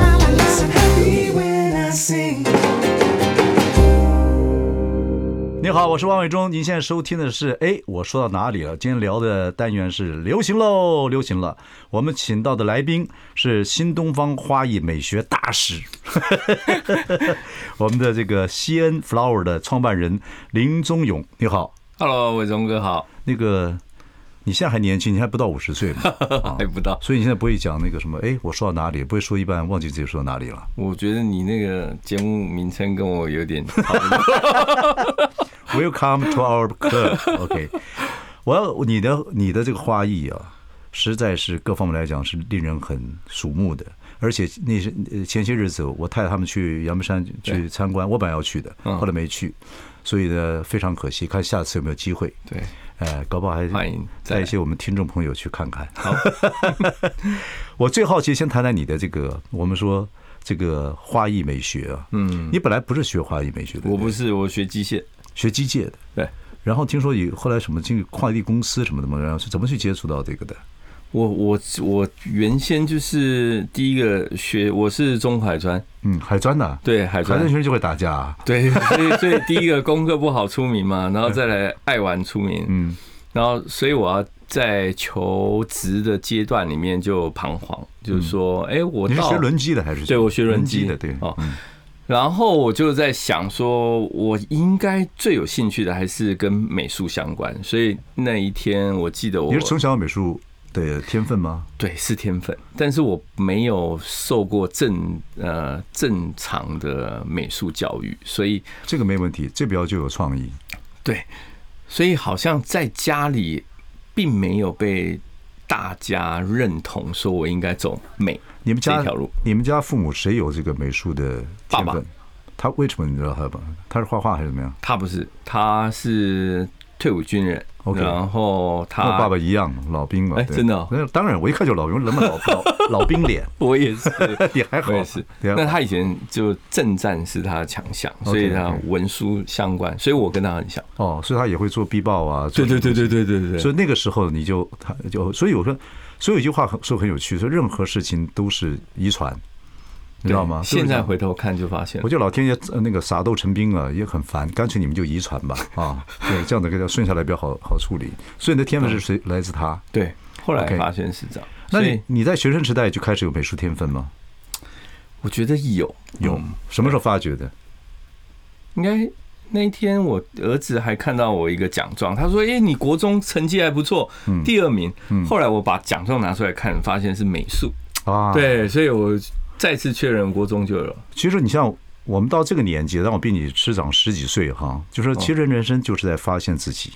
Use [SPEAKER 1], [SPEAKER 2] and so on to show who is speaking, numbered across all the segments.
[SPEAKER 1] happy when I sing.
[SPEAKER 2] 你好，我是王伟忠。您现在收听的是，哎，我说到哪里了？今天聊的单元是流行喽，流行了。我们请到的来宾是新东方花艺美学大师， 我们的这个西恩 flower 的创办人林宗勇。你好，
[SPEAKER 3] Hello，伟忠哥好，
[SPEAKER 2] 那个你现在还年轻，你还不到五十岁嘛， 啊
[SPEAKER 3] 还哎不到，
[SPEAKER 2] 所以你现在不会讲那个什么，哎，我说到哪里，不会说一半，忘记自己说到哪里了。
[SPEAKER 3] 我觉得你那个节目名称跟我有 点好
[SPEAKER 2] Welcome to our club. OK，我要你的你的这个花艺啊，实在是各方面来讲是令人很瞩目的。而且那是呃前些日子我太太他们去阳明山去
[SPEAKER 3] 对
[SPEAKER 2] 参观，我本来要去的，
[SPEAKER 3] 嗯
[SPEAKER 2] 后来没去，所以呢非常可惜。看下次有没有机会，
[SPEAKER 3] 对，
[SPEAKER 2] 呃，搞不好还
[SPEAKER 3] 欢迎再
[SPEAKER 2] 带
[SPEAKER 3] 来
[SPEAKER 2] 一些我们听众朋友去看看。 我最好奇，先谈谈你的这个，我们说这个花艺美学啊，嗯，你本来不是学花艺美学的，
[SPEAKER 3] 我不是我学机械，
[SPEAKER 2] 学机械的，
[SPEAKER 3] 对
[SPEAKER 2] 然后听说有后来什么进快递公司什么的嘛，然后是怎么去接触到这个的？
[SPEAKER 3] 我我我原先就是第一个学，我是中海专，
[SPEAKER 2] 嗯，海专的、
[SPEAKER 3] 对海
[SPEAKER 2] 海专
[SPEAKER 3] 专
[SPEAKER 2] 的，学生就会打架、啊，
[SPEAKER 3] 对，所以所以第一个功课不好出名 嘛，然后再来爱玩出名，
[SPEAKER 2] 嗯，
[SPEAKER 3] 然后所以我要在求职的阶段里面就彷徨，就是说，哎，我
[SPEAKER 2] 你是
[SPEAKER 3] 到
[SPEAKER 2] 学轮机的还是？
[SPEAKER 3] 对我学轮
[SPEAKER 2] 机
[SPEAKER 3] 机
[SPEAKER 2] 的，对，
[SPEAKER 3] 哦
[SPEAKER 2] 嗯
[SPEAKER 3] 然后我就在想说，我应该最有兴趣的还是跟美术相关，所以那一天我记得我
[SPEAKER 2] 你是从小有美术的天分吗？
[SPEAKER 3] 对是天分，但是我没有受过正呃正常的美术教育，所以
[SPEAKER 2] 这个没问题，这表就有创意。
[SPEAKER 3] 对，所以好像在家里并没有被大家认同，说我应该走美
[SPEAKER 2] 你们家
[SPEAKER 3] 这条路，
[SPEAKER 2] 你们家父母谁有这个美术的天分？
[SPEAKER 3] 爸爸
[SPEAKER 2] 他为什么你知道他吧？他是画画还是怎么样？
[SPEAKER 3] 他不是，他是退伍军人
[SPEAKER 2] OK
[SPEAKER 3] 然后
[SPEAKER 2] 跟我
[SPEAKER 3] 他
[SPEAKER 2] 爸爸一样，老兵嘛。
[SPEAKER 3] 哎
[SPEAKER 2] 对
[SPEAKER 3] 真的哦
[SPEAKER 2] 那当然，我一看就老兵，那么老老 老兵脸，
[SPEAKER 3] 我也是。
[SPEAKER 2] 也还好
[SPEAKER 3] 我也是。
[SPEAKER 2] 对啊
[SPEAKER 3] 那他以前就政战是他的强项，所以他
[SPEAKER 2] OK，OK
[SPEAKER 3] 文书相关，所以我跟他很像。
[SPEAKER 2] 哦，所以他也会做 B 报啊，做
[SPEAKER 3] 对对对对
[SPEAKER 2] 所
[SPEAKER 3] 对。
[SPEAKER 2] 以那个时候你就他就，所以我说，所以有句话很说很有趣，说任何事情都是遗传，你知道吗？
[SPEAKER 3] 现在
[SPEAKER 2] 都是遗传
[SPEAKER 3] 回头看就发现
[SPEAKER 2] 我，觉得老天爷呃那个撒豆成兵啊，也很烦，干脆你们就遗传吧 啊，对，这样子给它顺下来比较好好处理。所以你的天分是谁来自他？
[SPEAKER 3] 对，后来
[SPEAKER 2] OK
[SPEAKER 3] 发现是这样。
[SPEAKER 2] 那
[SPEAKER 3] 所
[SPEAKER 2] 你
[SPEAKER 3] 以
[SPEAKER 2] 你在学生时代就开始有美术天分吗？
[SPEAKER 3] 我觉得有
[SPEAKER 2] 有，
[SPEAKER 3] 嗯
[SPEAKER 2] 什么时候发觉的？
[SPEAKER 3] 应该那一天我儿子还看到我一个奖状，他说：“哎，你国中成绩还不错，第二名。”后来我把奖状拿出来看，发现是美术。
[SPEAKER 2] 啊，，
[SPEAKER 3] 对，所以我再次确认国中就有。
[SPEAKER 2] 其实你像我们到这个年纪，让我比你师长十几岁哈，就
[SPEAKER 3] 哦
[SPEAKER 2] 说其实人生就是在发现自己。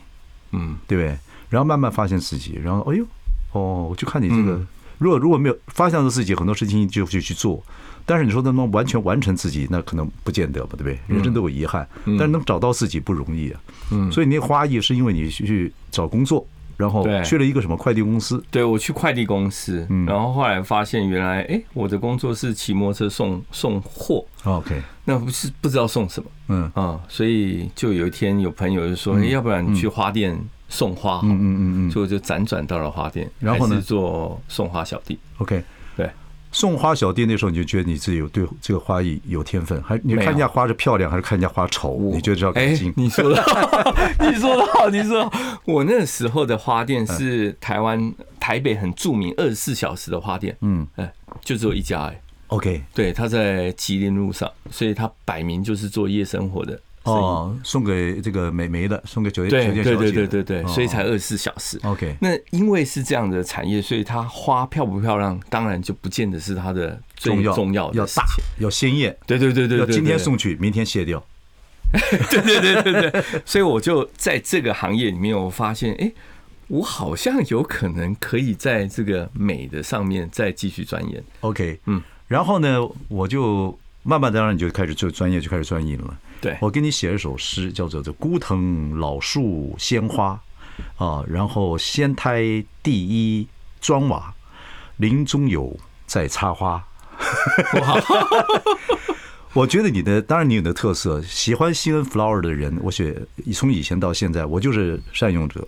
[SPEAKER 3] 嗯，
[SPEAKER 2] 对不对？然后慢慢发现自己，然后哎呦，哦，我就看你这个，
[SPEAKER 3] 嗯
[SPEAKER 2] 如果如果没有发现到自己，很多事情就去去做。但是你说能不能完全完成自己，那可能不见得吧，对不对？人生都有遗憾，但是能找到自己不容易啊。
[SPEAKER 3] 嗯
[SPEAKER 2] 所以你那花艺是因为你去去找工作，然后
[SPEAKER 3] 对
[SPEAKER 2] 去了一个什么快递公司，
[SPEAKER 3] 对，我去快递公司，
[SPEAKER 2] 嗯
[SPEAKER 3] 然后后来发现原来，哎、我的工作是骑摩托车送送货，
[SPEAKER 2] OK，
[SPEAKER 3] 那不是不知道送什么
[SPEAKER 2] 嗯
[SPEAKER 3] 啊、所以就有一天有朋友就说，哎、要不然你去花店送花好
[SPEAKER 2] 嗯
[SPEAKER 3] 了，
[SPEAKER 2] 嗯嗯嗯
[SPEAKER 3] 所以我就辗转到了花店，
[SPEAKER 2] 然后呢
[SPEAKER 3] 开始做送花小弟，
[SPEAKER 2] ，OK。
[SPEAKER 3] 对，
[SPEAKER 2] 送花小弟那时候你就觉得你自己有对这个花艺有天分，还你
[SPEAKER 3] 没有
[SPEAKER 2] 看人家花是漂亮还是看人家花丑，你觉得这要改
[SPEAKER 3] 哎、
[SPEAKER 2] 进？
[SPEAKER 3] 你说 的好，你说的好，你说的好我那时候的花店是台湾台北很著名二十四小时的花店，
[SPEAKER 2] 嗯
[SPEAKER 3] 哎、就只有一家哎、
[SPEAKER 2] ，OK，
[SPEAKER 3] 对，他在吉林路上，所以他摆明就是做夜生活的生意。
[SPEAKER 2] 哦，送给这个美眉的，送给酒店
[SPEAKER 3] 对
[SPEAKER 2] 酒
[SPEAKER 3] 对
[SPEAKER 2] 店小姐
[SPEAKER 3] 对
[SPEAKER 2] 的，
[SPEAKER 3] 对对对，
[SPEAKER 2] 哦
[SPEAKER 3] 所以才二十四小时。
[SPEAKER 2] OK
[SPEAKER 3] 那因为是这样的产业，所以它花漂不漂亮，当然就不见得是它的最
[SPEAKER 2] 重要
[SPEAKER 3] 重要
[SPEAKER 2] 要
[SPEAKER 3] 的事
[SPEAKER 2] 大
[SPEAKER 3] 情。
[SPEAKER 2] 要鲜艳，
[SPEAKER 3] 对对对对
[SPEAKER 2] 要
[SPEAKER 3] 对，对
[SPEAKER 2] 今天，送去，明天卸掉。
[SPEAKER 3] 对对对对对对。所以我就在这个行业里面，我发现，哎，我好像有可能可以在这个美的上面再继续钻研。
[SPEAKER 2] OK，
[SPEAKER 3] 嗯，
[SPEAKER 2] 然后呢，我就慢慢当然你就开始就专业就开始钻研了。
[SPEAKER 3] 对，
[SPEAKER 2] 我给你写一首诗，叫做《这孤藤老树鲜花》，啊，然后仙胎第一砖瓦，林中有在插花。 我觉得你的当然你有你的特色，喜欢西恩 flower 的人，我写从以前到现在，我就是善用者。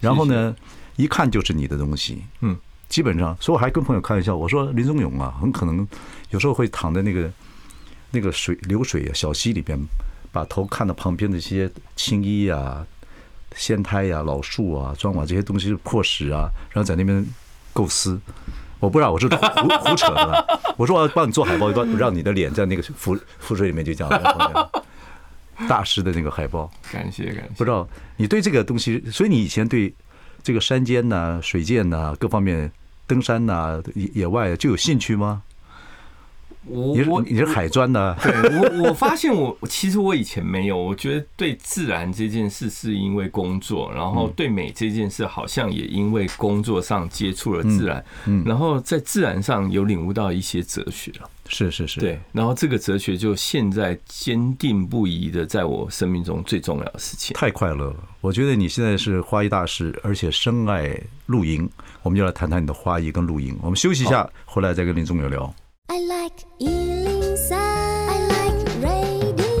[SPEAKER 2] 然后呢，一看就是你的东西，
[SPEAKER 3] 嗯，
[SPEAKER 2] 基本上，所以我还跟朋友开玩笑，我说林宗勇啊，很可能有时候会躺在那个那个水流水啊小溪里边，把头看到旁边的一些青衣啊、仙胎呀、老树啊、砖瓦这些东西破石啊，然后在那边构思。我不知道，我是胡 胡扯的啦。我说我要帮你做海报，我让你的脸在那个浮浮水里面就这样。大师的那个海报，
[SPEAKER 3] 感谢感
[SPEAKER 2] 不
[SPEAKER 3] 谢。
[SPEAKER 2] 知道你对这个东西，所以你以前对这个山间呐、水涧呐、各方面登山呐、野野外啊就有兴趣吗？
[SPEAKER 3] 我
[SPEAKER 2] 你是
[SPEAKER 3] 我
[SPEAKER 2] 你是海专呐、
[SPEAKER 3] 对我我发现我其实我以前没有，我觉得对自然这件事是因为工作，然后对美这件事好像也因为工作上接触了自然，然后在自然上有领悟到一些哲学了。
[SPEAKER 2] 是是是，
[SPEAKER 3] 对，然后这个哲学就现在坚定不移的在我生命中最重要的事情。
[SPEAKER 2] 太快乐了！我觉得你现在是花艺大师，而且深爱露营。我们就来谈谈你的花艺跟露营。我们休息一下，回来再跟林宗友聊。
[SPEAKER 4] I like Ealing Sound. I like radio.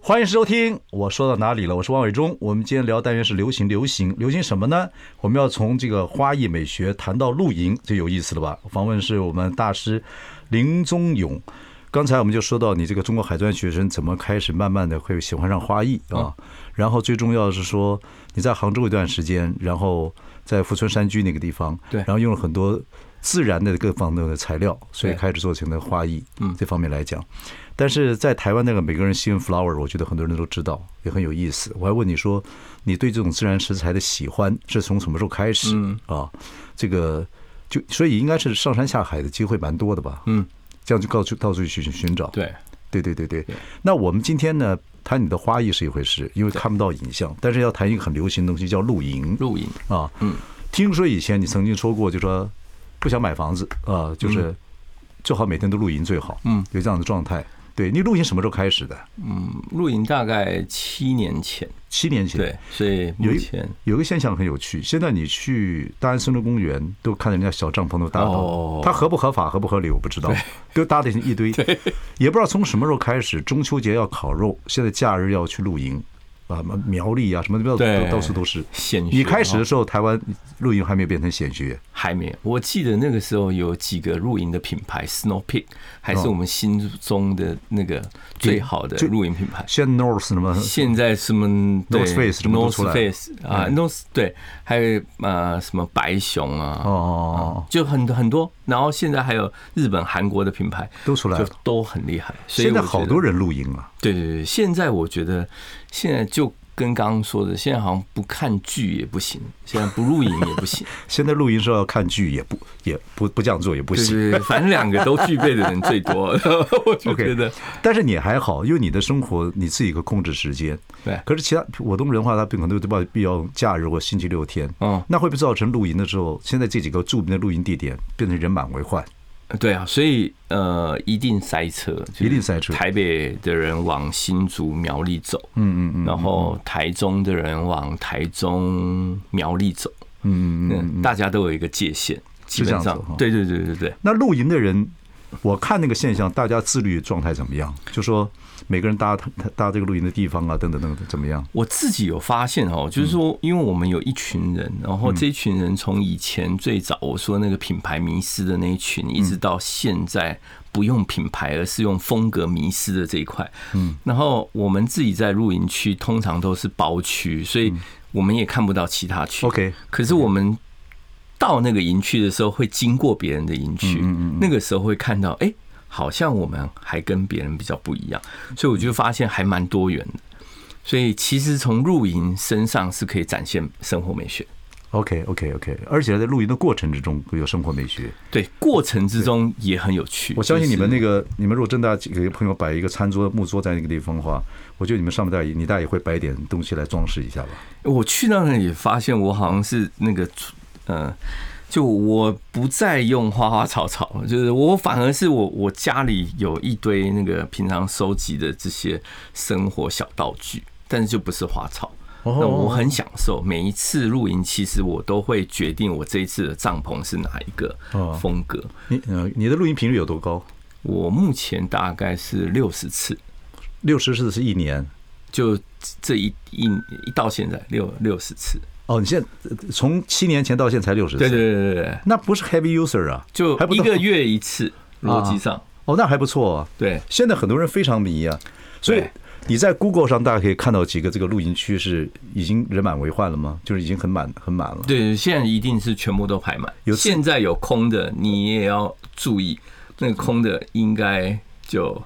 [SPEAKER 2] 欢迎收听，我说到哪里了？我是王伟忠。我们今天聊单元是流行，流行，流行什么呢？我们要从这个花艺美学谈到露营，这有意思了吧？访问是我们大师林宗勇。刚才我们就说到你这个中国海专学生怎么开始慢慢的会喜欢上花艺
[SPEAKER 3] 嗯
[SPEAKER 2] 啊，然后最重要的是说你在杭州一段时间，然后在富春山居那个地方，
[SPEAKER 3] 对
[SPEAKER 2] 然后用了很多自然的各方面的材料，所以
[SPEAKER 3] 对
[SPEAKER 2] 开始做成了花艺，
[SPEAKER 3] 嗯
[SPEAKER 2] 这方面来讲。但是在台湾那个每个人吸引 flower，我觉得很多人都知道，也很有意思。我还问你说，你对这种自然食材的喜欢是从什么时候开始、
[SPEAKER 3] 嗯
[SPEAKER 2] 啊？这个就所以应该是上山下海的机会蛮多的吧？
[SPEAKER 3] 嗯，
[SPEAKER 2] 这样就到处到处去寻找。
[SPEAKER 3] 对，
[SPEAKER 2] 对对对对。那我们今天呢，谈你的花艺是一回事，因为看不到影像，但是要谈一个很流行的东西叫露营
[SPEAKER 3] 露营，
[SPEAKER 2] 啊。
[SPEAKER 3] 嗯，
[SPEAKER 2] 听说以前你曾经说过，就说不想买房子啊，就是最好每天都露营最好。
[SPEAKER 3] 嗯，
[SPEAKER 2] 有这样的状态。对你露营什么时候开始的？
[SPEAKER 3] 露营嗯大概七年前，
[SPEAKER 2] 七年前。
[SPEAKER 3] 对，所以
[SPEAKER 2] 有
[SPEAKER 3] 目
[SPEAKER 2] 一
[SPEAKER 3] 前
[SPEAKER 2] 有一个现象很有趣，现在你去大安森林公园都看到人家小帐篷都搭好，
[SPEAKER 3] 哦
[SPEAKER 2] 它合不合法、合不合理我不知道，都搭的一堆，也不知道从什么时候开始，中秋节要烤肉，现在假日要去露营，啊，苗栗啊什么的，
[SPEAKER 3] 对
[SPEAKER 2] 到处都是。
[SPEAKER 3] 显学啊
[SPEAKER 2] 你开始
[SPEAKER 3] 哈
[SPEAKER 2] 的时候，台湾露营还没有变成显学，
[SPEAKER 3] 还没有，我记得那个时候有几个露营的品牌，Snow Peak 还是我们心中的那个最好的
[SPEAKER 2] 最
[SPEAKER 3] 露营品牌。
[SPEAKER 2] 现在 North 什么
[SPEAKER 3] 现在什么对
[SPEAKER 2] North Face 什么都
[SPEAKER 3] North
[SPEAKER 2] 出来了
[SPEAKER 3] Face 啊
[SPEAKER 2] 嗯
[SPEAKER 3] ，North 对，还有呃什么白熊
[SPEAKER 2] 哦
[SPEAKER 3] 啊，
[SPEAKER 2] 哦，哦
[SPEAKER 3] 就很很多。然后现在还有日本、韩国的品牌
[SPEAKER 2] 都出来
[SPEAKER 3] 就
[SPEAKER 2] 了。
[SPEAKER 3] 都很厉害。所以
[SPEAKER 2] 现在
[SPEAKER 3] 我觉
[SPEAKER 2] 好
[SPEAKER 3] 得
[SPEAKER 2] 多人露营啊，
[SPEAKER 3] 对对对，现在我觉得现在就跟刚刚说的，现在好像不看剧也不行，现在不露营也不行。
[SPEAKER 2] 现在露营是要看剧，也不也不不这样做也不
[SPEAKER 3] 对
[SPEAKER 2] 行。
[SPEAKER 3] 对对，反正两个都具备的人最多， 我就
[SPEAKER 2] OK
[SPEAKER 3] 觉得
[SPEAKER 2] 但是你还好，因为你的生活你自己可控制时间。
[SPEAKER 3] 对
[SPEAKER 2] 可是其他我东人话，他可能都必要必要假日或星期六天。
[SPEAKER 3] 嗯
[SPEAKER 2] 那会不会造成露营的时候，现在这几个著名的露营地点变成人满为患？
[SPEAKER 3] 对啊，所以呃，一定塞车，就是
[SPEAKER 2] 一定塞车
[SPEAKER 3] 台北的人往新竹苗栗走，
[SPEAKER 2] 嗯嗯
[SPEAKER 3] 然后台中的人往台中苗栗走，
[SPEAKER 2] 嗯嗯嗯。
[SPEAKER 3] 嗯，大家都有一个界限，基
[SPEAKER 2] 是这
[SPEAKER 3] 本
[SPEAKER 2] 样子
[SPEAKER 3] 上
[SPEAKER 2] 哈，
[SPEAKER 3] 对对对对对，
[SPEAKER 2] 那露营的人，我看那个现象，大家自律状态怎么样？就说每个人搭搭这个露营的地方啊，等等等等，怎么样？
[SPEAKER 3] 我自己有发现哦，就是说，因为我们有一群人，然后这一群人从以前最早我说那个品牌迷失的那一群，一直到现在不用品牌，而是用风格迷失的这一块。嗯，然后我们自己在露营区通常都是包区，所以我们也看不到其他区。
[SPEAKER 2] OK
[SPEAKER 3] 可是我们到那个营区的时候，会经过别人的营区，那个时候会看到，哎、好像我们还跟别人比较不一样，所以我就发现还蛮多元的。所以其实从露营身上是可以展现生活美学。
[SPEAKER 2] OK OK OK，而且在露营的过程之中有生活美学。
[SPEAKER 3] 对，过程之中也很有趣。
[SPEAKER 2] 我相信你们
[SPEAKER 3] 就是
[SPEAKER 2] 那个，啊你们如果真的给朋友摆一个餐桌、木桌在那个地方的话，我觉得你们上面大爷，你大爷会摆一点东西来装饰一下吧。
[SPEAKER 3] 我去那里也发现，我好像是那个呃就我不再用花花草草了，就是我反而是我我家里有一堆那个平常收集的这些生活小道具，但是就不是花草。
[SPEAKER 2] 哦
[SPEAKER 3] 那我很享受每一次露营，其实我都会决定我这一次的帐篷是哪一个
[SPEAKER 2] 哦
[SPEAKER 3] 风格。
[SPEAKER 2] 你呃，你的录音频率有多高？
[SPEAKER 3] 我目前大概是六十次，
[SPEAKER 2] 六十次是一年
[SPEAKER 3] 就这一一一到现在六六十次。
[SPEAKER 2] 哦，你现在呃从七年前到现在才六十次，
[SPEAKER 3] 对对对对对，
[SPEAKER 2] 那不是 heavy user 啊，
[SPEAKER 3] 就
[SPEAKER 2] 还不
[SPEAKER 3] 一
[SPEAKER 2] 到
[SPEAKER 3] 个月一次，逻辑上
[SPEAKER 2] 哦，那还不错啊。
[SPEAKER 3] 对。
[SPEAKER 2] 现在很多人非常迷啊，所以
[SPEAKER 3] 对
[SPEAKER 2] 你在 Google 上大家可以看到几个这个露营区是已经人满为患了吗？就是已经很满很满了。
[SPEAKER 3] 对，现在一定是全部都排满。
[SPEAKER 2] 有
[SPEAKER 3] 现在有空的，你也要注意，那个空的应该就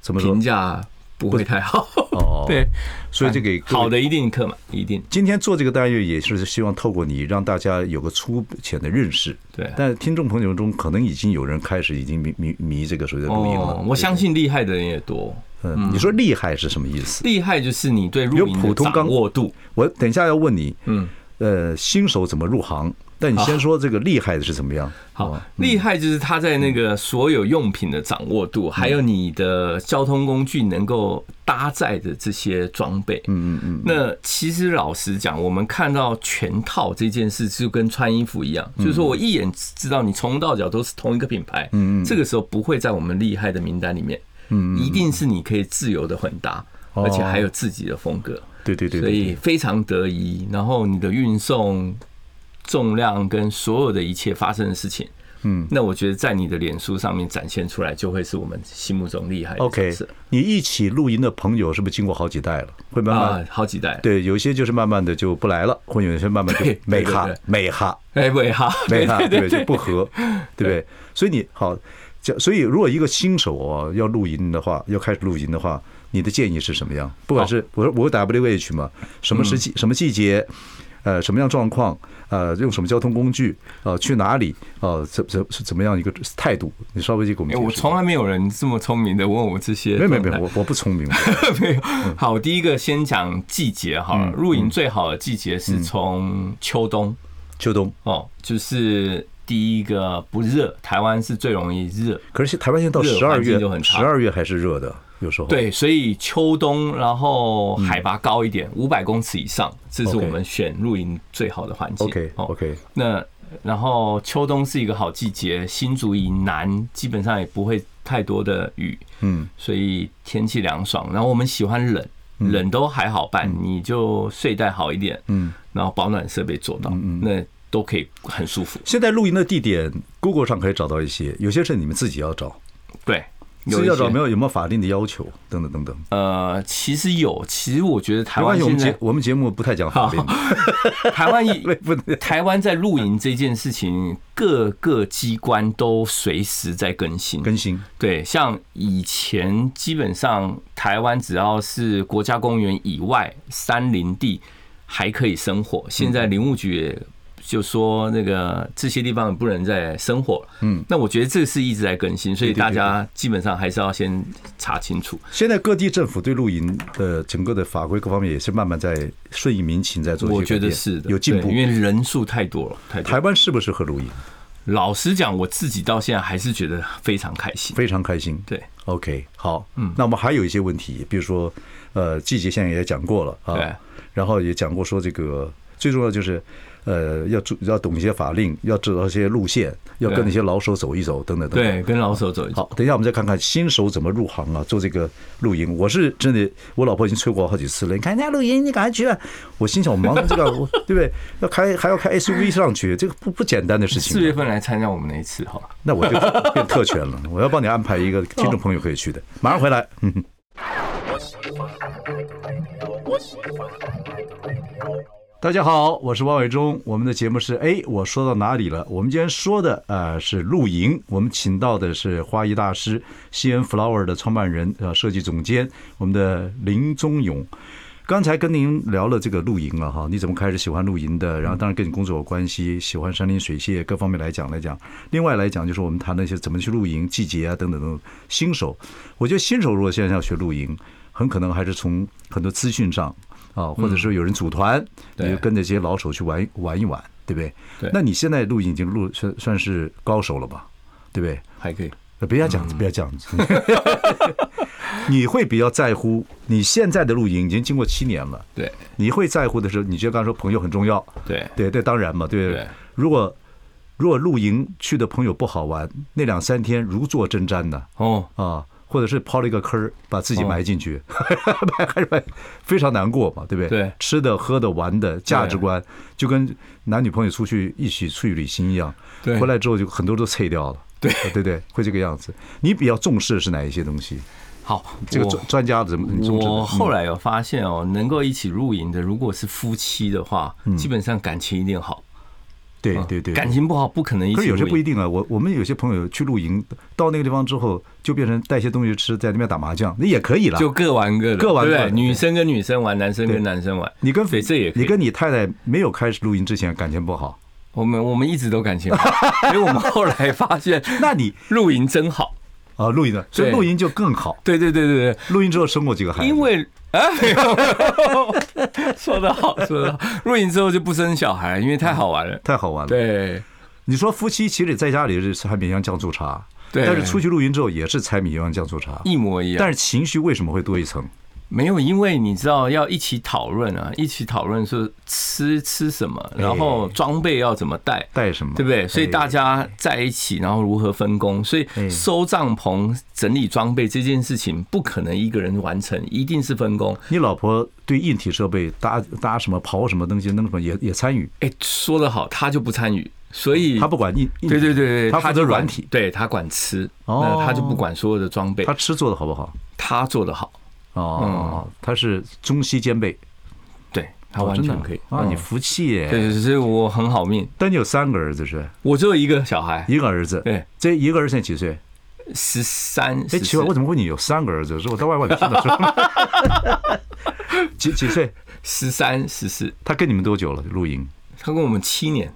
[SPEAKER 2] 怎么说
[SPEAKER 3] 评？价不会太好。
[SPEAKER 2] 哦
[SPEAKER 3] 对，哎
[SPEAKER 2] 所以这给
[SPEAKER 3] 好的一定客满，一定
[SPEAKER 2] 今天做这个单元也是希望透过你让大家有个粗浅的认识。
[SPEAKER 3] 对。
[SPEAKER 2] 但听众朋友中可能已经有人开始已经迷迷迷这个所谓的露营了。
[SPEAKER 3] 哦我相信厉害的人也多。
[SPEAKER 2] 嗯，你说厉害是什么意思？
[SPEAKER 3] 厉害就是你对
[SPEAKER 2] 有
[SPEAKER 3] 露营
[SPEAKER 2] 普
[SPEAKER 3] 的
[SPEAKER 2] 通钢
[SPEAKER 3] 掌握度，
[SPEAKER 2] 我等一下要问你，
[SPEAKER 3] 嗯，
[SPEAKER 2] 呃，新手怎么入行？但你先说这个厉害的是怎么样？
[SPEAKER 3] 好
[SPEAKER 2] 哦，
[SPEAKER 3] 厉害就是他在那个所有用品的掌握度，还有你的交通工具能够搭载的这些装备。嗯嗯嗯。那其实老实讲，我们看到全套这件事就跟穿衣服一样，就是说我一眼知道你从头到脚都是同一个品牌。嗯嗯。这个时候不会在我们厉害的名单里面。嗯，一定是你可以自由的混搭，
[SPEAKER 2] 哦
[SPEAKER 3] 而且还有自己的风格。
[SPEAKER 2] 对对对
[SPEAKER 3] 所
[SPEAKER 2] 对
[SPEAKER 3] 以非常得宜。然后你的运送重量跟所有的一切发生的事情，嗯，那我觉得在你的脸书上面展现出来，就会是我们心目中厉害的角
[SPEAKER 2] OK，
[SPEAKER 3] 色
[SPEAKER 2] 你一起露营的朋友是不是经过好几代了？会慢慢、
[SPEAKER 3] 啊，好几代，
[SPEAKER 2] 对，有些就是慢慢的就不来了，或有些慢慢就
[SPEAKER 3] 对
[SPEAKER 2] 美哈
[SPEAKER 3] 对对对
[SPEAKER 2] 美哈
[SPEAKER 3] 哎，对哈，
[SPEAKER 2] 美
[SPEAKER 3] 对
[SPEAKER 2] 哈，
[SPEAKER 3] 对
[SPEAKER 2] 对
[SPEAKER 3] 对
[SPEAKER 2] 就不 合，对不对？所以你好，讲所以如果一个新手啊要露营的话，要开始露营的话，你的建议是什么样？不管是我说我 WH 嘛，什么
[SPEAKER 3] 嗯
[SPEAKER 2] 时期、什么季节，呃，什么样状况，呃，用什么交通工具，呃，去哪里，呃，怎怎是怎么样一个态度？你稍微就给我们
[SPEAKER 3] 哎，
[SPEAKER 2] 解释一
[SPEAKER 3] 我
[SPEAKER 2] 下。
[SPEAKER 3] 从来没有人这么聪明的问我这些
[SPEAKER 2] 没
[SPEAKER 3] 状
[SPEAKER 2] 有没
[SPEAKER 3] 态，
[SPEAKER 2] 有没有，我我嗯不聪 明，
[SPEAKER 3] 没有。好，第一个先讲季节好了，露营最好的季节
[SPEAKER 2] 嗯
[SPEAKER 3] 是从秋冬。
[SPEAKER 2] 秋冬。
[SPEAKER 3] 哦，就是第一个不热，台湾是最容易热，
[SPEAKER 2] 可是台湾现在到
[SPEAKER 3] 热
[SPEAKER 2] 十二
[SPEAKER 3] 环境
[SPEAKER 2] 月
[SPEAKER 3] 就很，差
[SPEAKER 2] 十二月还是热的，有时候。，
[SPEAKER 3] 对，所以秋冬，然后海拔高一点，五百公尺以上，这是
[SPEAKER 2] 嗯 OK
[SPEAKER 3] 我们选露营最好的环境。哦
[SPEAKER 2] OK，OK
[SPEAKER 3] 那然后秋冬是一个好季节，新竹以南基本上也不会太多的雨，
[SPEAKER 2] 嗯，
[SPEAKER 3] 所以天气凉爽。然后我们喜欢冷，冷都还好办，你就睡袋好一点，
[SPEAKER 2] 嗯，
[SPEAKER 3] 然后保暖设备做到，那都可以很舒服。
[SPEAKER 2] 现在露营的地点，Google 上可以找到一些，有些是你们自己要找，
[SPEAKER 3] 对，
[SPEAKER 2] 自己要找没
[SPEAKER 3] 有
[SPEAKER 2] 有
[SPEAKER 3] 一些？
[SPEAKER 2] 有没有法定的要求，等等等等。
[SPEAKER 3] 呃，其实有，其实我觉得台
[SPEAKER 2] 没关
[SPEAKER 3] 湾
[SPEAKER 2] 系，我
[SPEAKER 3] 现
[SPEAKER 2] 们
[SPEAKER 3] 在
[SPEAKER 2] 节我们节目不太讲法 律，
[SPEAKER 3] 台湾一
[SPEAKER 2] 不能
[SPEAKER 3] 台湾在露营这件事情，各个机关都随时在更新。
[SPEAKER 2] 更新。
[SPEAKER 3] 对，像以前基本上台湾只要是国家公园以外山林地还可以生火，
[SPEAKER 2] 嗯
[SPEAKER 3] 现在林务局也就说那个这些地方不能再生火了。嗯，那我觉得这是一直在更新，所以
[SPEAKER 2] 对对
[SPEAKER 3] 大家基本上还是要先查清楚。
[SPEAKER 2] 现在各地政府对露营的整个的法规各方面也是慢慢在顺应民情在做一些
[SPEAKER 3] 我觉
[SPEAKER 2] 改
[SPEAKER 3] 得
[SPEAKER 2] 变
[SPEAKER 3] 是的，
[SPEAKER 2] 有进步
[SPEAKER 3] 对。因为人数太多了，太多了
[SPEAKER 2] 台湾适不适合露营？
[SPEAKER 3] 老实讲，我自己到现在还是觉得非常开心。
[SPEAKER 2] 非常开心。
[SPEAKER 3] 对
[SPEAKER 2] ，OK，好，嗯，那我们还有一些问题，比如说，呃，季节现在也讲过了啊，
[SPEAKER 3] 对，
[SPEAKER 2] 然后也讲过说这个最重要就是，呃，要注要懂一些法令，要知道一些路线，要跟
[SPEAKER 3] 对
[SPEAKER 2] 那些老手走一走，等等等等。
[SPEAKER 3] 对，跟老手走一走。
[SPEAKER 2] 好，等一下我们再看看新手怎么入行啊，做这个露营。我是真的，我老婆已经催过我好几次了。你看人家露营，你赶快去吧。啊我心想，我忙成这个，我对不对？要开还要开 SUV 上去，这个不不简单的事情
[SPEAKER 3] 四。月份来参加我们那一次哈。
[SPEAKER 2] 那我就变特权了，我要帮你安排一个听众朋友可以去的，马上回来。嗯哼。大家好，我是王伟忠，我们的节目是哎，我说到哪里了？我们今天说的呃是露营，我们请到的是花艺大师西恩 flower 的创办人呃设计总监，我们的林宗勇。刚才跟您聊了这个露营了哈，你怎么开始喜欢露营的？然后当然跟你工作有关系，喜欢山林水榭各方面来讲来讲。另外来讲就是我们谈了一些怎么去露营、季节啊等等等等。新手，我觉得新手如果现在要学露营，很可能还是从很多资讯上啊，或者说有人组团，你
[SPEAKER 3] 对
[SPEAKER 2] 就跟着这些老手去玩玩一玩。对不对？
[SPEAKER 3] 对
[SPEAKER 2] 那你现在录影已经录算算是高手了吧？对不对？
[SPEAKER 3] 还可以。
[SPEAKER 2] 呃，不要这样子，
[SPEAKER 3] 嗯
[SPEAKER 2] 不要 这样子。 你会比较在乎你现在的露营已经经过七年了，
[SPEAKER 3] 对
[SPEAKER 2] 你会在乎的是，你觉得刚才说朋友很重要，
[SPEAKER 3] 对
[SPEAKER 2] 对对，当然嘛，对。
[SPEAKER 3] 对
[SPEAKER 2] 如果如果露营去的朋友不好玩，那两三天如坐针毡呢，
[SPEAKER 3] 哦，
[SPEAKER 2] 啊，或者是抛了一个坑儿，把自己
[SPEAKER 3] 哦
[SPEAKER 2] 埋进去， 埋还是埋非常难过嘛，对不对？
[SPEAKER 3] 对
[SPEAKER 2] 吃的、喝的、玩的，价值观就跟男女朋友出去一起出去旅行一样，
[SPEAKER 3] 对
[SPEAKER 2] 回来之后就很多都碎掉了。
[SPEAKER 3] 对
[SPEAKER 2] 啊对对，会这个样子。你比较重视的是哪一些东西？
[SPEAKER 3] 好，
[SPEAKER 2] 这个
[SPEAKER 3] 我
[SPEAKER 2] 专专家怎么很重视的？
[SPEAKER 3] 我后
[SPEAKER 2] 嗯
[SPEAKER 3] 来有发现哦，能够一起露营的，如果是夫妻的话，基本上感情一定好。
[SPEAKER 2] 嗯对
[SPEAKER 3] 嗯
[SPEAKER 2] 对对，
[SPEAKER 3] 感情不好不可能一起
[SPEAKER 2] 可
[SPEAKER 3] 露
[SPEAKER 2] 是
[SPEAKER 3] 营。
[SPEAKER 2] 有些不一定啊，我我们有些朋友去露营，到那个地方之后，就变成带些东西吃，在那边打麻将，那也可以啦。
[SPEAKER 3] 就各玩各的，
[SPEAKER 2] 各玩各的
[SPEAKER 3] 对不对
[SPEAKER 2] 对
[SPEAKER 3] 女生跟女生玩，男生
[SPEAKER 2] 对
[SPEAKER 3] 跟男生玩。
[SPEAKER 2] 你跟
[SPEAKER 3] 对这也可以
[SPEAKER 2] 你跟你太太没有开始露营之前感情不好，
[SPEAKER 3] 我们我们一直都感情 好，所以我们后来发现
[SPEAKER 2] 那你
[SPEAKER 3] 露营真好。
[SPEAKER 2] 啊露营的，所以
[SPEAKER 3] 对
[SPEAKER 2] 露营就更好。
[SPEAKER 3] 对对对对对，
[SPEAKER 2] 露营之后生过几个孩子，
[SPEAKER 3] 因为啊，没有， 说得好，说得好。露营之后就不生小孩，因为太好玩了。
[SPEAKER 2] 太好玩了。
[SPEAKER 3] 对，
[SPEAKER 2] 你说夫妻其实在家里是吃海米香酱醋茶，
[SPEAKER 3] 对
[SPEAKER 2] 但是出去露营之后也是柴米油盐酱醋茶，
[SPEAKER 3] 一模一样。
[SPEAKER 2] 但是情绪为什么会多一层？
[SPEAKER 3] 没有，因为你知道要一起讨论啊，一起讨论说吃吃什么，然后装备要怎么带，
[SPEAKER 2] 带什么？
[SPEAKER 3] 对不对？所以
[SPEAKER 2] 哎
[SPEAKER 3] 大家在一起，然后如何分工？所以
[SPEAKER 2] 哎
[SPEAKER 3] 收帐篷、整理装备这件事情不可能一个人完成，一定是分工。
[SPEAKER 2] 你老婆对硬体设备搭搭什么刨什么东西弄什么也也参与，
[SPEAKER 3] 哎，说得好，他就不参与，所以
[SPEAKER 2] 她不管硬硬
[SPEAKER 3] 对对对对，
[SPEAKER 2] 她负责
[SPEAKER 3] 就管
[SPEAKER 2] 软体，
[SPEAKER 3] 对他管吃，
[SPEAKER 2] 哦
[SPEAKER 3] 那他就不管所有的装备
[SPEAKER 2] 她，吃做的好不好？
[SPEAKER 3] 他做得好，嗯
[SPEAKER 2] 哦，他是中西兼备，
[SPEAKER 3] 对他
[SPEAKER 2] 哦
[SPEAKER 3] 完
[SPEAKER 2] 真的
[SPEAKER 3] 全可以
[SPEAKER 2] 啊！你
[SPEAKER 3] 嗯
[SPEAKER 2] 服气耶！
[SPEAKER 3] 对，所以我很好命，
[SPEAKER 2] 但你有三个儿子是？
[SPEAKER 3] 我只有一个小孩，
[SPEAKER 2] 一个儿子，
[SPEAKER 3] 对，
[SPEAKER 2] 这一个儿子现在几岁？
[SPEAKER 3] 十三，
[SPEAKER 2] 哎，
[SPEAKER 3] 十
[SPEAKER 2] 奇怪，我怎么会你有三个儿子？是我在外外面听的说， 几几岁？
[SPEAKER 3] 十三、十四，
[SPEAKER 2] 他跟你们多久了？露营？
[SPEAKER 3] 他跟我们七年，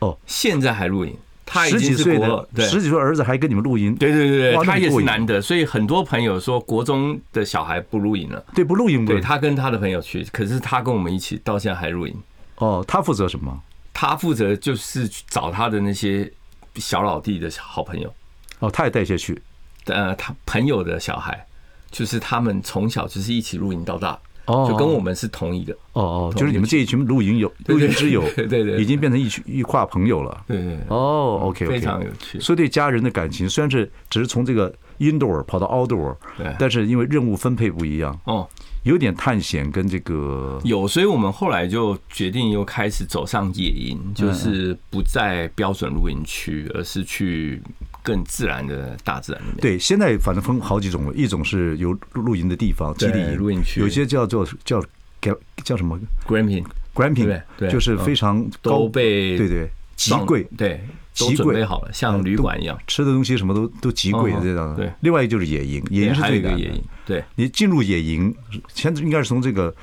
[SPEAKER 2] 哦，
[SPEAKER 3] 现在还露营，他已
[SPEAKER 2] 十
[SPEAKER 3] 经
[SPEAKER 2] 几
[SPEAKER 3] 是
[SPEAKER 2] 岁
[SPEAKER 3] 国二
[SPEAKER 2] 的，
[SPEAKER 3] 对
[SPEAKER 2] 十几岁儿子还跟你们露营？
[SPEAKER 3] 对对对
[SPEAKER 2] 哇那
[SPEAKER 3] 对，他
[SPEAKER 2] 很
[SPEAKER 3] 也
[SPEAKER 2] 过
[SPEAKER 3] 是
[SPEAKER 2] 瘾
[SPEAKER 3] 难得，所以很多朋友说国中的小孩不露营了，
[SPEAKER 2] 对，不露营不
[SPEAKER 3] 对他跟他的朋友去，可是他跟我们一起到现在还露营，
[SPEAKER 2] 哦，他负责什么？
[SPEAKER 3] 他负责就是去找他的那些小老弟的好朋友，
[SPEAKER 2] 哦，他也带一些去。
[SPEAKER 3] 呃，他朋友的小孩，就是他们从小就是一起露营到大，
[SPEAKER 2] 哦
[SPEAKER 3] 就跟我们是同一个，
[SPEAKER 2] 哦哦，
[SPEAKER 3] 同
[SPEAKER 2] 就是你们
[SPEAKER 3] 一个
[SPEAKER 2] 这一群露营友、
[SPEAKER 3] 对
[SPEAKER 2] 露
[SPEAKER 3] 对
[SPEAKER 2] 营之友，
[SPEAKER 3] 对对对
[SPEAKER 2] 已经变成一群一挂朋友了。
[SPEAKER 3] 对对对，
[SPEAKER 2] 哦，OK，
[SPEAKER 3] 非常有趣
[SPEAKER 2] 所以对家人的感情，虽然是只是从这个 indoor 跑到 outdoor，
[SPEAKER 3] 对
[SPEAKER 2] 但是因为任务分配不一样，
[SPEAKER 3] 哦。
[SPEAKER 2] 有点探险跟这个
[SPEAKER 3] 有，所以我们后来就决定又开始走上野营，就是不在标准露营区，而是去更自然的大自然里面。
[SPEAKER 2] 对。现在反正分好几种了，一种是有露营的地方，基
[SPEAKER 3] 对
[SPEAKER 2] 地营
[SPEAKER 3] 露营区
[SPEAKER 2] 有些叫做叫叫叫什么
[SPEAKER 3] Gramping
[SPEAKER 2] gramping，
[SPEAKER 3] 对对嗯
[SPEAKER 2] 就是非常高
[SPEAKER 3] 都被
[SPEAKER 2] 对对极
[SPEAKER 3] 装
[SPEAKER 2] 贵，
[SPEAKER 3] 对，都
[SPEAKER 2] 极
[SPEAKER 3] 准
[SPEAKER 2] 贵
[SPEAKER 3] 备好了，像旅馆一样。
[SPEAKER 2] 吃的东西什么都都极贵的
[SPEAKER 3] 嗯
[SPEAKER 2] 这样。
[SPEAKER 3] 对
[SPEAKER 2] 另外一个就是野营，野
[SPEAKER 3] 对
[SPEAKER 2] 营是
[SPEAKER 3] 还
[SPEAKER 2] 最
[SPEAKER 3] 有一个
[SPEAKER 2] 难的
[SPEAKER 3] 野营，对
[SPEAKER 2] 你进入野营，先应该是从这个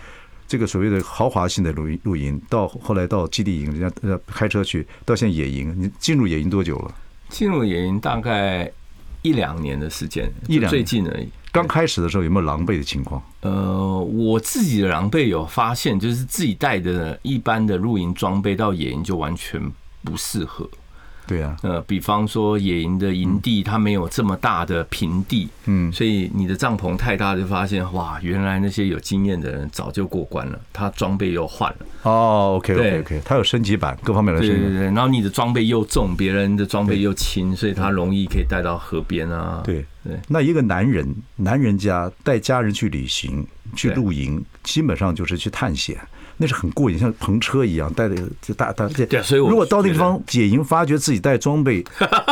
[SPEAKER 2] 这个所谓的豪华性的露营露营，到后来到基地营，人家呃开车去，到现在野营，你进入野营多久了？
[SPEAKER 3] 进入野营大概一两年的时间，
[SPEAKER 2] 一两
[SPEAKER 3] 最近而已。
[SPEAKER 2] 刚开始的时候有没有狼狈的情况？
[SPEAKER 3] 呃，我自己的狼狈有发现，就是自己带的一般的露营装备到野营就完全不适合。
[SPEAKER 2] 对啊，
[SPEAKER 3] 呃，比方说野营的营地，它没有这么大的平地，
[SPEAKER 2] 嗯
[SPEAKER 3] 所以你的帐篷太大，就发现哇，原来那些有经验的人早就过关了，他装备又换了，
[SPEAKER 2] 哦，OK OK
[SPEAKER 3] 对
[SPEAKER 2] OK，它有升级版，各方面来
[SPEAKER 3] 对
[SPEAKER 2] 升
[SPEAKER 3] 对对，
[SPEAKER 2] 级。
[SPEAKER 3] 对然后你的装备又重，别人的装备又轻，所以他容易可以带到河边啊，
[SPEAKER 2] 对
[SPEAKER 3] 对
[SPEAKER 2] 那一个男人，男人家带家人去旅行、去
[SPEAKER 3] 对
[SPEAKER 2] 露营，基本上就是去探险，那是很过瘾，像篷车一样带着这大大这。
[SPEAKER 3] 对所以我
[SPEAKER 2] 如果到那个
[SPEAKER 3] 觉
[SPEAKER 2] 地
[SPEAKER 3] 得
[SPEAKER 2] 方野营，发觉自己带装备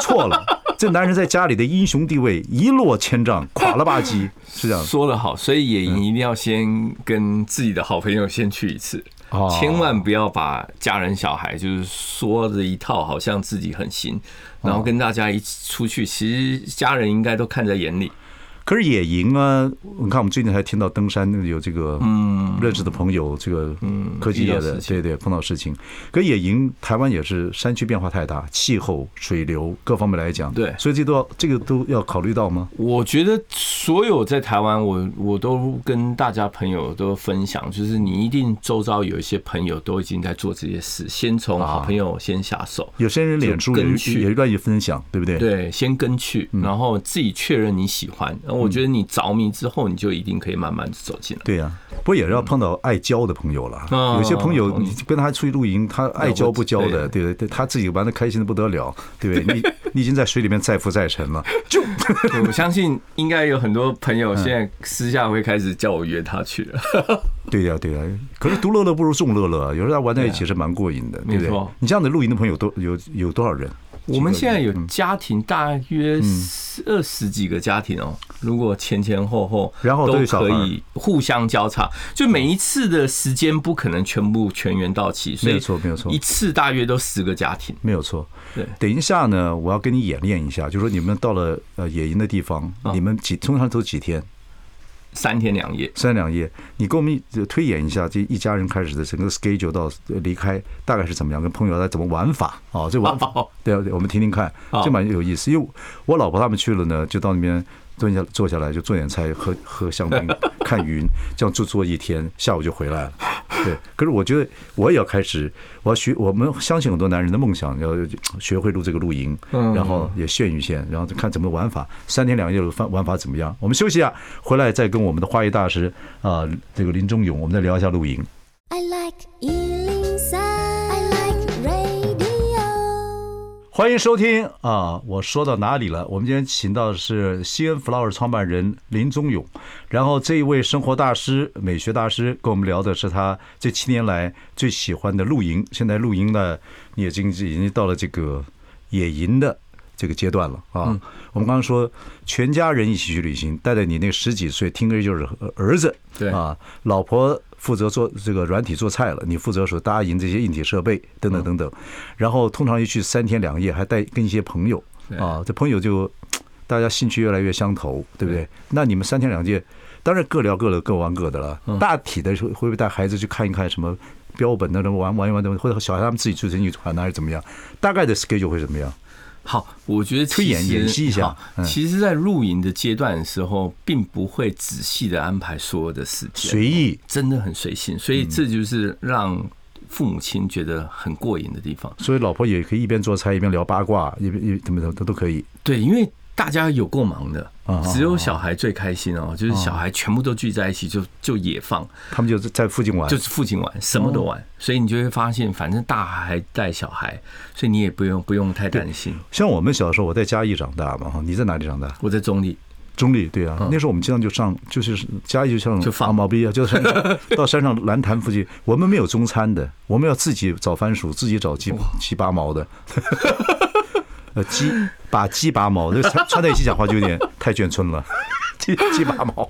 [SPEAKER 2] 错了，这男人在家里的英雄地位一落千丈，垮了吧唧，是这样的。
[SPEAKER 3] 说得好，所以野营一定要先跟自己的好朋友先去一次，
[SPEAKER 2] 哦
[SPEAKER 3] 千万不要把家人小孩就是说的一套，好像
[SPEAKER 2] 哦
[SPEAKER 3] 自己很行，然后跟大家一起出去，其实家人应该都看在眼里。
[SPEAKER 2] 可是野营啊，你看我们最近还听到登山有这个，嗯，认识的朋友，这个
[SPEAKER 3] 嗯
[SPEAKER 2] 科技业
[SPEAKER 3] 遇到
[SPEAKER 2] 的，
[SPEAKER 3] 事情
[SPEAKER 2] 对对，碰到事情。可野营，台湾也是山区变化太大，气候、水流各方面来讲，
[SPEAKER 3] 对
[SPEAKER 2] 所以这都要这个都要考虑到吗？
[SPEAKER 3] 我觉得所有在台湾，我我都跟大家朋友都分享，就是你一定周遭有一些朋友都已经在做这些事，先从好朋友先下手，
[SPEAKER 2] 有些人脸书
[SPEAKER 3] 就
[SPEAKER 2] 也
[SPEAKER 3] 跟去
[SPEAKER 2] 也愿意分享，对不对？，
[SPEAKER 3] 对，先跟去，
[SPEAKER 2] 嗯
[SPEAKER 3] 然后自己确认你喜欢。那我觉得你着迷之后，你就一定可以慢慢的走进 来。
[SPEAKER 2] 对呀、不过也要碰到爱交的朋友了。
[SPEAKER 3] 嗯
[SPEAKER 2] 有些朋友
[SPEAKER 3] 同意
[SPEAKER 2] 你跟他出去露营，他爱交不交的，
[SPEAKER 3] 了不
[SPEAKER 2] 对对对，他自己玩的开心的不得了，对不对？你 你已经在水里面载浮载沉了，就
[SPEAKER 3] 对我相信应该有很多朋友现在私下会开始叫我约他去 了。
[SPEAKER 2] 对呀、对呀、可是独乐乐不如众乐乐啊，有时候大家玩在一起是蛮过瘾的，对不
[SPEAKER 3] 没
[SPEAKER 2] 对
[SPEAKER 3] 错？
[SPEAKER 2] 你这样的露营的朋友多有有多少人？
[SPEAKER 3] 我们现在有家庭，大约
[SPEAKER 2] 嗯
[SPEAKER 3] 二十几个家庭哦、如果前前后后，
[SPEAKER 2] 然后都有
[SPEAKER 3] 都
[SPEAKER 2] 小
[SPEAKER 3] 可
[SPEAKER 2] 孩
[SPEAKER 3] 以互相交叉，就每一次的时间不可能全部全员到齐，所以
[SPEAKER 2] 没有错没有错
[SPEAKER 3] 一次大约都十个家庭。
[SPEAKER 2] 没有错。
[SPEAKER 3] 对
[SPEAKER 2] 等一下呢，我要跟你演练一下，就说你们到了呃野营的地方，
[SPEAKER 3] 啊
[SPEAKER 2] 你们几通常都几天？
[SPEAKER 3] 三天两夜，
[SPEAKER 2] 三两夜，你给我们一推演一下，这一家人开始的整个 schedule 到呃离开大概是怎么样，跟朋友来怎么玩法啊、哦？这玩法
[SPEAKER 3] 好，
[SPEAKER 2] 对啊，对我们听听看，
[SPEAKER 3] 好
[SPEAKER 2] 这蛮有意思。因为我老婆他们去了呢，就到那边蹲下坐下来，就做点菜，喝喝香槟，看云，这样就坐一天，下午就回来了。对，可是我觉得我也要开始，我要学，我们相信很多男人的梦想，要学会录这个露营，然后也炫一炫，然后就看怎么玩法，三天两夜的玩玩法怎么样。我们休息一下，回来再跟我们的花艺大师啊、这个林忠勇，我们再聊一下露营。
[SPEAKER 4] I like Ealing Sound. I like radio.
[SPEAKER 2] 欢迎收听啊！我说到哪里了？我们今天请到的是西恩 flower 创办人林宗勇，然后这一位生活大师、美学大师跟我们聊的是他这七年来最喜欢的露营。现在露营呢，你已经已经到了这个野营的这个阶段了啊！我们刚刚说全家人一起去旅行，带着你那十几岁，听歌就是儿子，
[SPEAKER 3] 对
[SPEAKER 2] 啊，老婆负责做这个软体做菜了，你负责说搭营这些硬体设备等等等等，然后通常一去三天两夜，还带跟一些朋友啊，这朋友就大家兴趣越来越相投，对不对？那你们三天两夜，当然各聊各的，各玩各的了。大体的会会不会带孩子去看一看什么标本那种玩玩一玩的，或者小孩他们自己出去去团还是怎么样？大概的 schedule 会怎么样？
[SPEAKER 3] 好，我觉得其
[SPEAKER 2] 推演
[SPEAKER 3] 实
[SPEAKER 2] 演习一下
[SPEAKER 3] 好
[SPEAKER 2] 嗯
[SPEAKER 3] 其实，在露营的阶段的时候，并不会仔细的安排所有的时间，
[SPEAKER 2] 随嗯意。
[SPEAKER 3] 真的很随性，所以这就是让父母亲觉得很过瘾的地方。
[SPEAKER 2] 所以老婆也可以一边做菜一边聊八卦，一边一怎么怎么都都可以。
[SPEAKER 3] 对，因为大家有够忙的
[SPEAKER 2] 啊，
[SPEAKER 3] 只有小孩最开心哦，就是小孩全部都聚在一起就就野放，
[SPEAKER 2] 他们就是在附近玩，
[SPEAKER 3] 就是父亲玩，什么都
[SPEAKER 2] 哦
[SPEAKER 3] 玩，所以你就会发现，反正大孩带小孩，所以你也不用不用太担心。
[SPEAKER 2] 像我们小时候，我在嘉义长大嘛，哈，你在哪里长大？
[SPEAKER 3] 我在中立，
[SPEAKER 2] 中立，对啊，那时候我们经常就上，就是嘉义就像
[SPEAKER 3] 嗯就放
[SPEAKER 2] 毛逼啊， 就山上到山上蓝潭附近，我们没有中餐的，我们要自己找番薯，自己找鸡鸡拔毛的， 呃，鸡把鸡拔毛，这个穿穿在一起讲话就有点太眷村了， 鸡鸡拔毛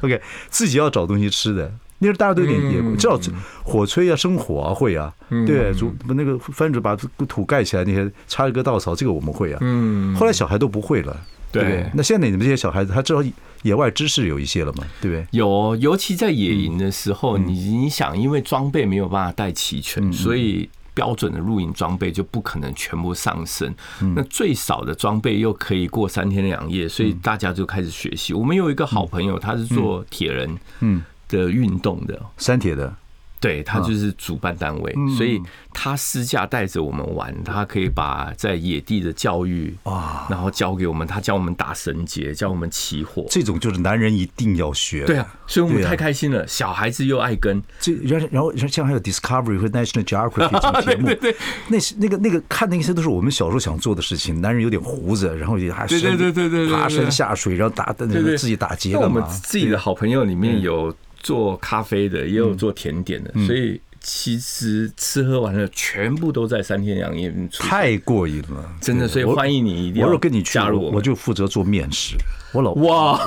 [SPEAKER 2] ，OK，自 己要找东西吃的。那时候大家都有点也知道火炊啊、生火啊会啊，对，煮那个番薯把土盖起来那些插一个稻草，这个我们会啊。嗯，后来小孩都不会了。对不对
[SPEAKER 3] 对？
[SPEAKER 2] 那现在你们这些小孩子，他知道野外知识有一些了嘛，对不对？
[SPEAKER 3] 有哦，尤其在野
[SPEAKER 2] 嗯
[SPEAKER 3] 营的时候，你你想，因为装备没有办法带齐
[SPEAKER 2] 嗯
[SPEAKER 3] 全，所以标准的露营装备就不可能全部上升。
[SPEAKER 2] 嗯
[SPEAKER 3] 那最少的装备又可以过三天两夜，所以大家就开始学习。我们有一个好朋友，他是做铁人
[SPEAKER 2] 嗯
[SPEAKER 3] 的运动的，
[SPEAKER 2] 山铁的，
[SPEAKER 3] 对他就是主办单位，
[SPEAKER 2] 嗯
[SPEAKER 3] 所以他私下带着我们玩，他可以把在野地的教育
[SPEAKER 2] 哇，
[SPEAKER 3] 然后教给我们，他教我们打绳结，教我们起火。
[SPEAKER 2] 这种就是男人一定要学。
[SPEAKER 3] 对啊，所以我们
[SPEAKER 2] 对啊
[SPEAKER 3] 太开心了，小孩子又爱 跟，
[SPEAKER 2] 这然然后像还有 Discovery 和 National Geography
[SPEAKER 3] 啊
[SPEAKER 2] 这种节目， 对对那是那个那个看那些都是我们小时候想做的事情。男人有点胡子，然后也还
[SPEAKER 3] 对对对对对对
[SPEAKER 2] 爬
[SPEAKER 3] 对
[SPEAKER 2] 山
[SPEAKER 3] 对
[SPEAKER 2] 下水，然后打
[SPEAKER 3] 对对，
[SPEAKER 2] 自己打结
[SPEAKER 3] 那我
[SPEAKER 2] 干
[SPEAKER 3] 们
[SPEAKER 2] 嘛？
[SPEAKER 3] 自己的好朋友里面有做咖啡的，也有做甜点的，所以其实吃喝玩乐全部都在三天两夜出现。
[SPEAKER 2] 太过瘾了，
[SPEAKER 3] 真的，所以
[SPEAKER 2] 我
[SPEAKER 3] 欢迎你一定
[SPEAKER 2] 我
[SPEAKER 3] 要
[SPEAKER 2] 若跟你去，
[SPEAKER 3] 加入
[SPEAKER 2] 我
[SPEAKER 3] 我
[SPEAKER 2] 我
[SPEAKER 3] 们。
[SPEAKER 2] 就负责做面食。我老
[SPEAKER 3] 哇，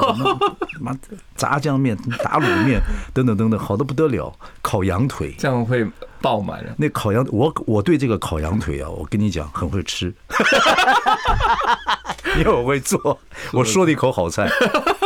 [SPEAKER 2] 妈炸酱面、打卤面 等等等等，好的不得了，烤羊腿。
[SPEAKER 3] 这样会爆满了。
[SPEAKER 2] 那烤羊，我我对这个烤羊腿啊，我跟你讲，很会吃。 因为我会做，我说了一口好 菜。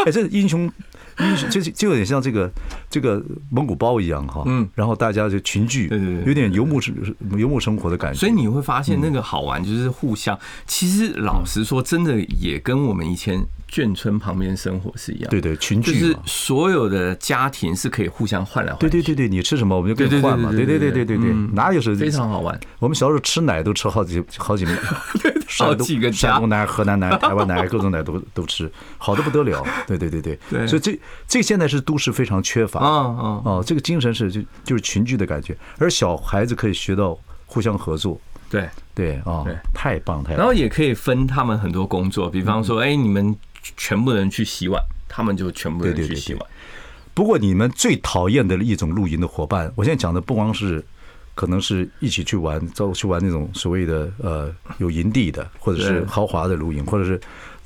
[SPEAKER 2] 哎，这英雄，英雄就就有点像这个这个蒙古包一样哈。嗯，然后大家就群聚，
[SPEAKER 3] 对对对
[SPEAKER 2] 有点游牧生游牧生活的感觉。
[SPEAKER 3] 所以你会发现那个好玩就是互相。其实老实说，真的也跟我们以前眷村旁边生活是一样，
[SPEAKER 2] 对，对群
[SPEAKER 3] 就
[SPEAKER 2] 聚
[SPEAKER 3] 是
[SPEAKER 2] 嘛。
[SPEAKER 3] 所有的家庭是可以互相换来换去，
[SPEAKER 2] 对对对对，你吃什么我们就跟你
[SPEAKER 3] 对对对
[SPEAKER 2] 换嘛。对
[SPEAKER 3] 对
[SPEAKER 2] 对
[SPEAKER 3] 对
[SPEAKER 2] 对对
[SPEAKER 3] 对
[SPEAKER 2] 对对，
[SPEAKER 3] 嗯
[SPEAKER 2] 哪有手机？
[SPEAKER 3] 非常好玩。
[SPEAKER 2] 我们小时候吃奶都吃好几好 几，山
[SPEAKER 3] 好
[SPEAKER 2] 东
[SPEAKER 3] 几个家
[SPEAKER 2] 山东奶、河 南奶、台湾奶，各种奶都都吃，好的不得了。对对对对，
[SPEAKER 3] 对
[SPEAKER 2] 所以这这现在是都市非常缺乏
[SPEAKER 3] 啊啊
[SPEAKER 2] 哦，这个精神是就就是群居的感觉，而小孩子可以学到互相合作，
[SPEAKER 3] 对。
[SPEAKER 2] 对啊
[SPEAKER 3] 对，
[SPEAKER 2] 太棒太
[SPEAKER 3] 然
[SPEAKER 2] 棒
[SPEAKER 3] 后，也可以分他们很多工作，比方说，哎、你们全部人去洗碗，他们就全部人
[SPEAKER 2] 对对
[SPEAKER 3] 去
[SPEAKER 2] 对
[SPEAKER 3] 洗碗。
[SPEAKER 2] 不过你们最讨厌的一种露营的伙伴，我现在讲的不光是，可能是一起去玩，走去玩那种所谓的呃有营地的，或者是
[SPEAKER 3] 对
[SPEAKER 2] 豪华的露营，或者是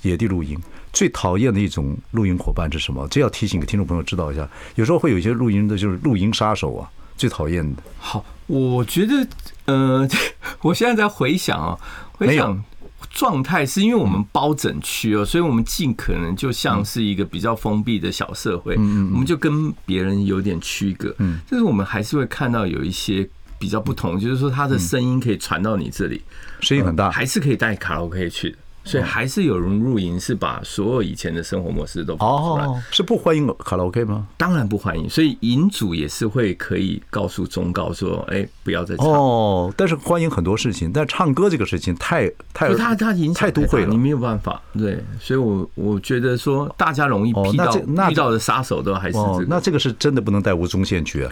[SPEAKER 2] 野地露营。最讨厌的一种露营伙伴是什么？这要提醒给听众朋友知道一下。有时候会有一些露营的，就是露营杀手啊，最讨厌的。
[SPEAKER 3] 好，我觉得，呃， 我现在在回想啊，
[SPEAKER 2] 没
[SPEAKER 3] 回
[SPEAKER 2] 有
[SPEAKER 3] 想状态是因为我们包整区哦，所以我们尽可能就像是一个比较封闭的小社会，我们就跟别人有点区隔，嗯，但是我们还是会看到有一些。比较不同，就是说他的声音可以传到你这里，
[SPEAKER 2] 声音很大，
[SPEAKER 3] 嗯还是可以带卡拉 OK 去的，所以还是有人入营是把所有以前的生活模式都放出来，
[SPEAKER 2] 哦，是不欢迎卡拉 OK 吗？
[SPEAKER 3] 当然不欢迎，所以营主也是会可以告诉忠告说，哎，不要再唱。
[SPEAKER 2] 哦，但是欢迎很多事情，但唱歌这个事情太太
[SPEAKER 3] 就他他影响
[SPEAKER 2] 太都
[SPEAKER 3] 大
[SPEAKER 2] 会了
[SPEAKER 3] 你。没有办法。对，所以我我觉得说，大家容易
[SPEAKER 2] 哦
[SPEAKER 3] 遇
[SPEAKER 2] 那
[SPEAKER 3] 到、
[SPEAKER 2] 这那
[SPEAKER 3] 遇到的杀手都还是
[SPEAKER 2] 哦
[SPEAKER 3] 这，
[SPEAKER 2] 那
[SPEAKER 3] 个。
[SPEAKER 2] 这个是真的不能带吴宗宪去啊。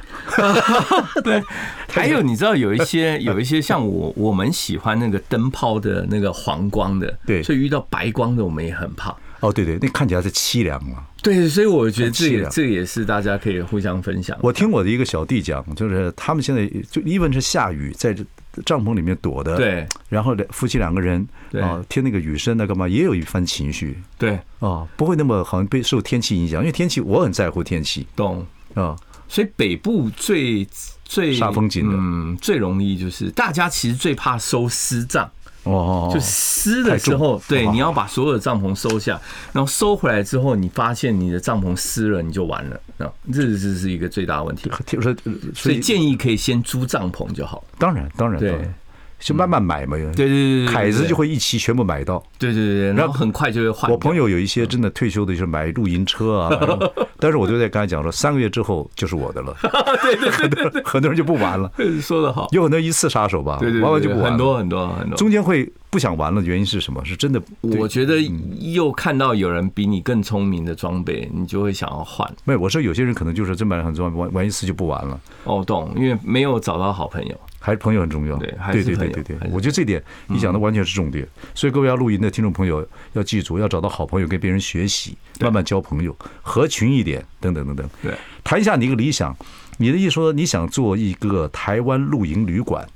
[SPEAKER 3] 对， 还有你知道有一 些有一些像我我们喜欢那个灯泡的那个黄光的，
[SPEAKER 2] 对
[SPEAKER 3] 所以遇到白光的我们也很怕。
[SPEAKER 2] 哦，对对，那看起来是凄凉啊。
[SPEAKER 3] 对，所以我觉得这
[SPEAKER 2] 很气
[SPEAKER 3] 也
[SPEAKER 2] 啊
[SPEAKER 3] 这也是大家可以互相分享。
[SPEAKER 2] 我听我的一个小弟讲，就是他们现在就 even 是下雨，在这帐篷里面躲的，
[SPEAKER 3] 对，
[SPEAKER 2] 然后夫妻两个人
[SPEAKER 3] 对
[SPEAKER 2] 啊，听那个雨声那干嘛，也有一番情绪
[SPEAKER 3] 对
[SPEAKER 2] 啊，不会那么好像被受天气影响，因为天气我很在乎天气
[SPEAKER 3] 懂。
[SPEAKER 2] 啊，
[SPEAKER 3] 所以北部最最
[SPEAKER 2] 煞风景的
[SPEAKER 3] 嗯，最容易就是大家其实最怕收湿帐。
[SPEAKER 2] 哦，
[SPEAKER 3] 就湿的时候
[SPEAKER 2] 太重，哦
[SPEAKER 3] 对，
[SPEAKER 2] 哇
[SPEAKER 3] 你要把所有的帐篷收下，然后收回来之后，你发现你的帐篷湿了，你就完了，那这这是一个最大的问题。
[SPEAKER 2] 听说，
[SPEAKER 3] 所
[SPEAKER 2] 所
[SPEAKER 3] 以
[SPEAKER 2] 以
[SPEAKER 3] 建议可以先租帐篷就好。
[SPEAKER 2] 当然当然
[SPEAKER 3] 对
[SPEAKER 2] 当然，就慢慢买嘛，
[SPEAKER 3] 对对对，对
[SPEAKER 2] 凯子就，会一期全部买到。
[SPEAKER 3] 对对对对，然
[SPEAKER 2] 然
[SPEAKER 3] 后
[SPEAKER 2] 后
[SPEAKER 3] 很快就会换掉。
[SPEAKER 2] 我朋友有一些真的退休的，就是买露营车 啊，然后但是我就在跟他讲说，三个月之后就是我 的了。对对对，很多人 就不玩了，
[SPEAKER 3] 说的好，
[SPEAKER 2] 有很多一次杀手吧，
[SPEAKER 3] 对对，对
[SPEAKER 2] 玩完就不玩了
[SPEAKER 3] 很多很多很多。
[SPEAKER 2] 中间会不想玩了，原因是什么？是真的，
[SPEAKER 3] 我
[SPEAKER 2] 对
[SPEAKER 3] 觉得
[SPEAKER 2] 嗯
[SPEAKER 3] 又看到有人比你更聪明的装备，你就会想要换。
[SPEAKER 2] 没有。我说有些人可能就是真买了很重要，玩玩一次就不玩了，
[SPEAKER 3] 哦，懂，因为没有找到好朋友。
[SPEAKER 2] 还是朋友很重要。
[SPEAKER 3] 对还
[SPEAKER 2] 对
[SPEAKER 3] 是
[SPEAKER 2] 对
[SPEAKER 3] 朋
[SPEAKER 2] 对
[SPEAKER 3] 友
[SPEAKER 2] 对对
[SPEAKER 3] 还，是
[SPEAKER 2] 我觉得这点你讲的完全是重点。所以各位要露营的听众朋友要记住，要找到好朋友，跟别人学习，慢慢交朋友，合群一点，等等等等。
[SPEAKER 3] 对，
[SPEAKER 2] 谈一下你一个理想，你的意思说你想做一个台湾露营旅馆，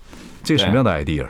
[SPEAKER 2] 这是什么样的 idea？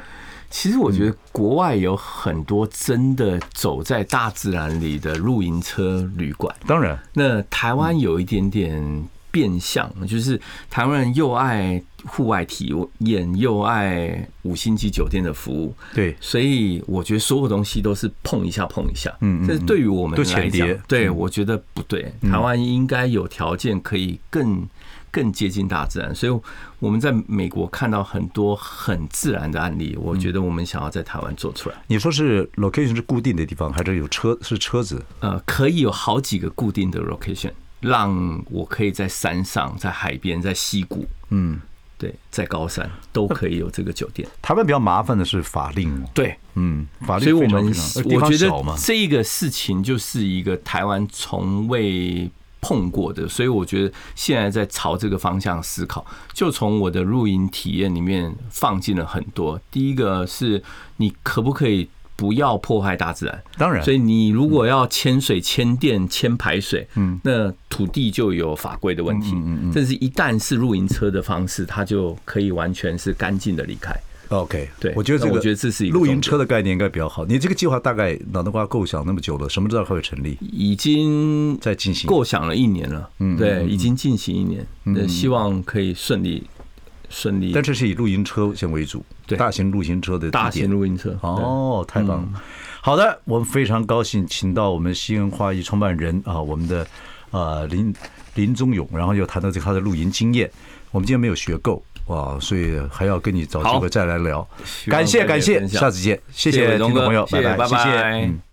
[SPEAKER 3] 其实我觉得国外有很多真的走在大自然里的露营车旅馆，
[SPEAKER 2] 当然，
[SPEAKER 3] 那台湾有一点点变相，就是台湾人又爱户外体验，又爱五星级酒店的服务，
[SPEAKER 2] 对，
[SPEAKER 3] 所以我觉得所有东西都是碰一下碰一下，
[SPEAKER 2] 嗯嗯嗯
[SPEAKER 3] 这是对于我们
[SPEAKER 2] 都
[SPEAKER 3] 来
[SPEAKER 2] 浅
[SPEAKER 3] 讲
[SPEAKER 2] 碟，嗯
[SPEAKER 3] 对我觉得不对。台湾应该有条件可以更更接近大自然，所以我们在美国看到很多很自然的案例，我觉得我们想要在台湾做出来。
[SPEAKER 2] 你说是 location 是固定的地方，还是有车是车子？
[SPEAKER 3] 呃，可以有好几个固定的 location，让我可以在山上、在海边、在溪谷，
[SPEAKER 2] 嗯，
[SPEAKER 3] 对，在高山都可以有这个酒店。
[SPEAKER 2] 台湾比较麻烦的是法令哦。
[SPEAKER 3] 对，
[SPEAKER 2] 嗯，法律
[SPEAKER 3] 所以我
[SPEAKER 2] 非常非
[SPEAKER 3] 们
[SPEAKER 2] 常呃而地
[SPEAKER 3] 呃我
[SPEAKER 2] 方
[SPEAKER 3] 觉
[SPEAKER 2] 小
[SPEAKER 3] 得
[SPEAKER 2] 嘛，
[SPEAKER 3] 这个事情就是一个台湾从未碰过的，所以我觉得现在在朝这个方向思考。就从我的露营体验里面放进了很多。第一个是你可不可以不要破坏大自然？
[SPEAKER 2] 当然
[SPEAKER 3] 所以你如果要牵水、牵电、牵排水，嗯，那土地就有法规的问题。嗯嗯，但是一旦是露营车的方式，它就可以完全是干净的离开。
[SPEAKER 2] OK，
[SPEAKER 3] 对
[SPEAKER 2] 我觉得这
[SPEAKER 3] 那
[SPEAKER 2] 个
[SPEAKER 3] 我觉得这是一个
[SPEAKER 2] 露营
[SPEAKER 3] 重点
[SPEAKER 2] 车的概念应该比较好。你这个计划大概脑袋瓜构想那么久了，什么时候会成立？
[SPEAKER 3] 已经
[SPEAKER 2] 在进行
[SPEAKER 3] 构想了一年了，
[SPEAKER 2] 嗯
[SPEAKER 3] 对，已经进行一年，那希望可以顺利顺利。
[SPEAKER 2] 但这是以露营车先为主，
[SPEAKER 3] 对
[SPEAKER 2] 大型露营车的
[SPEAKER 3] 大
[SPEAKER 2] 地点
[SPEAKER 3] 型露营车，嗯
[SPEAKER 2] 哦，太棒了！好的，我们非常高兴，请到我们西恩花艺创办人啊，我们的呃林林宗勇，然后又谈到这个他的露营经验。我们今天没有学够哇，所以还要跟你找机
[SPEAKER 3] 好
[SPEAKER 2] 会再来聊。
[SPEAKER 3] 对
[SPEAKER 2] 感谢
[SPEAKER 3] 希望大家
[SPEAKER 2] 感谢，
[SPEAKER 3] 分享
[SPEAKER 2] 下次见，谢谢
[SPEAKER 3] 伟
[SPEAKER 2] 听
[SPEAKER 3] 忠
[SPEAKER 2] 众
[SPEAKER 3] 哥
[SPEAKER 2] 朋友，
[SPEAKER 3] 谢谢
[SPEAKER 2] 拜
[SPEAKER 3] 拜
[SPEAKER 2] 谢谢
[SPEAKER 3] 拜
[SPEAKER 2] 嗯